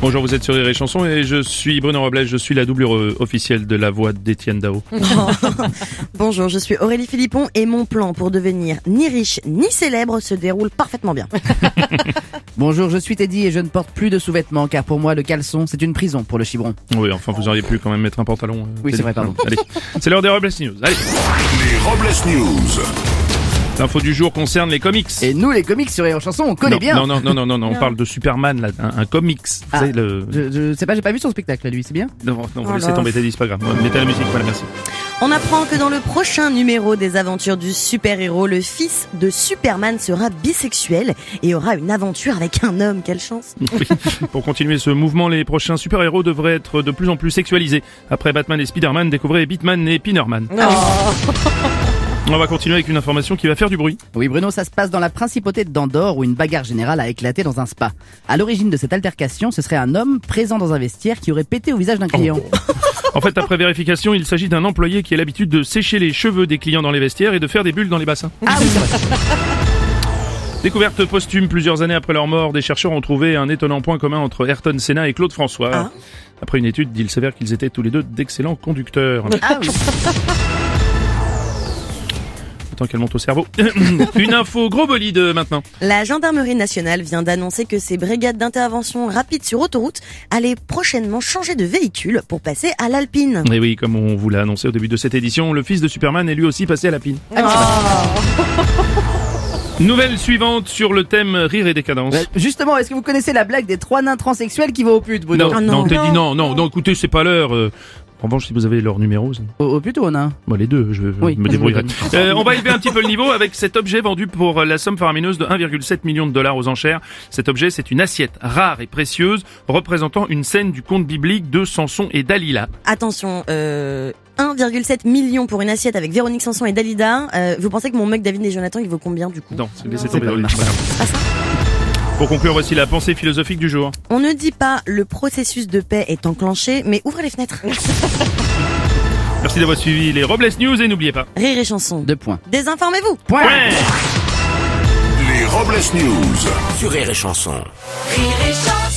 Bonjour, vous êtes sur Rire et Chanson et je suis Bruno Robles, je suis la doublure euh, officielle de la voix d'Étienne Dao. Mm. Bonjour, je suis Aurélie Philippon et mon plan pour devenir ni riche ni célèbre se déroule parfaitement bien. Bonjour, je suis Teddy et je ne porte plus de sous-vêtements car pour moi le caleçon c'est une prison pour le chibron. Oui, enfin vous auriez pu quand même mettre un pantalon. euh, Oui, c'est Teddy. vrai, pardon. Allez, c'est l'heure des Robles News. Allez, Les Robles News. l'info du jour concerne les comics. Et nous les comics sur en chanson, on connaît non, bien. Non, non, non, non, non, non, on parle de Superman là, un, un comics. Ah. C'est le... Je, je sais pas, j'ai pas vu son spectacle à lui, c'est bien. Non, non, vous Oh laissez là. tomber Teddy, c'est pas grave. Ouais, Mettez la musique, voilà, merci. On apprend que dans le prochain numéro des aventures du super-héros, le fils de Superman sera bisexuel et aura une aventure avec un homme, quelle chance. Oui. Pour continuer ce mouvement, les prochains super-héros devraient être de plus en plus sexualisés. Après Batman et Spider-Man, découvrez Bitman et Pinnerman. On va continuer avec une information qui va faire du bruit. Oui, Bruno, ça se passe dans la principauté de Dandor où une bagarre générale a éclaté dans un spa. À l'origine de cette altercation, ce serait un homme présent dans un vestiaire qui aurait pété au visage d'un client. Oh. En fait, après vérification, il s'agit d'un employé qui a l'habitude de sécher les cheveux des clients dans les vestiaires et de faire des bulles dans les bassins. Ah oui, c'est vrai. Découverte posthume plusieurs années après leur mort, des chercheurs ont trouvé un étonnant point commun entre Ayrton Senna et Claude François. Ah. Après une étude, il s'avère qu'ils étaient tous les deux d'excellents conducteurs. Ah oui. Tant qu'elle monte au cerveau. une info gros bolide euh, maintenant. La gendarmerie nationale vient d'annoncer que ses brigades d'intervention rapide sur autoroute allaient prochainement changer de véhicule pour passer à l'Alpine. Et Eh oui, comme on vous l'a annoncé au début de cette édition, le fils de Superman est lui aussi passé à la pine. Ah Nouvelle suivante sur le thème rire et décadence. Euh, Justement, est-ce que vous connaissez la blague des trois nains transsexuels qui vont au pute, Bruno Ah non, non. t'as dit non, non, non, écoutez, c'est pas l'heure. euh, En revanche, si vous avez leur numéro, c'est- Au, au pute ou au nain moi les deux, je je Oui. me débrouillerai. Euh, on va élever un petit peu le niveau avec cet objet vendu pour euh, la somme faramineuse de 1,7 million de dollars aux enchères. Cet objet, c'est une assiette rare et précieuse représentant une scène du conte biblique de Samson et Dalila. Attention, euh, 1,7 million pour une assiette avec Véronique Sanson et Dalida. Euh, vous pensez que mon mug David et Jonathan, il vaut combien du coup Non, c'est laissez C'est tomber. pas Aurélie, une c'est pas grave. C'est pas ça Pour conclure, voici la pensée philosophique du jour. On ne dit pas le processus de paix est enclenché, mais ouvrez les fenêtres. Merci d'avoir suivi les Robles News et n'oubliez pas. Rire et chanson. Deux points. Désinformez-vous Point Les Robles News. Sur Rire et Chanson. Rire et chanson.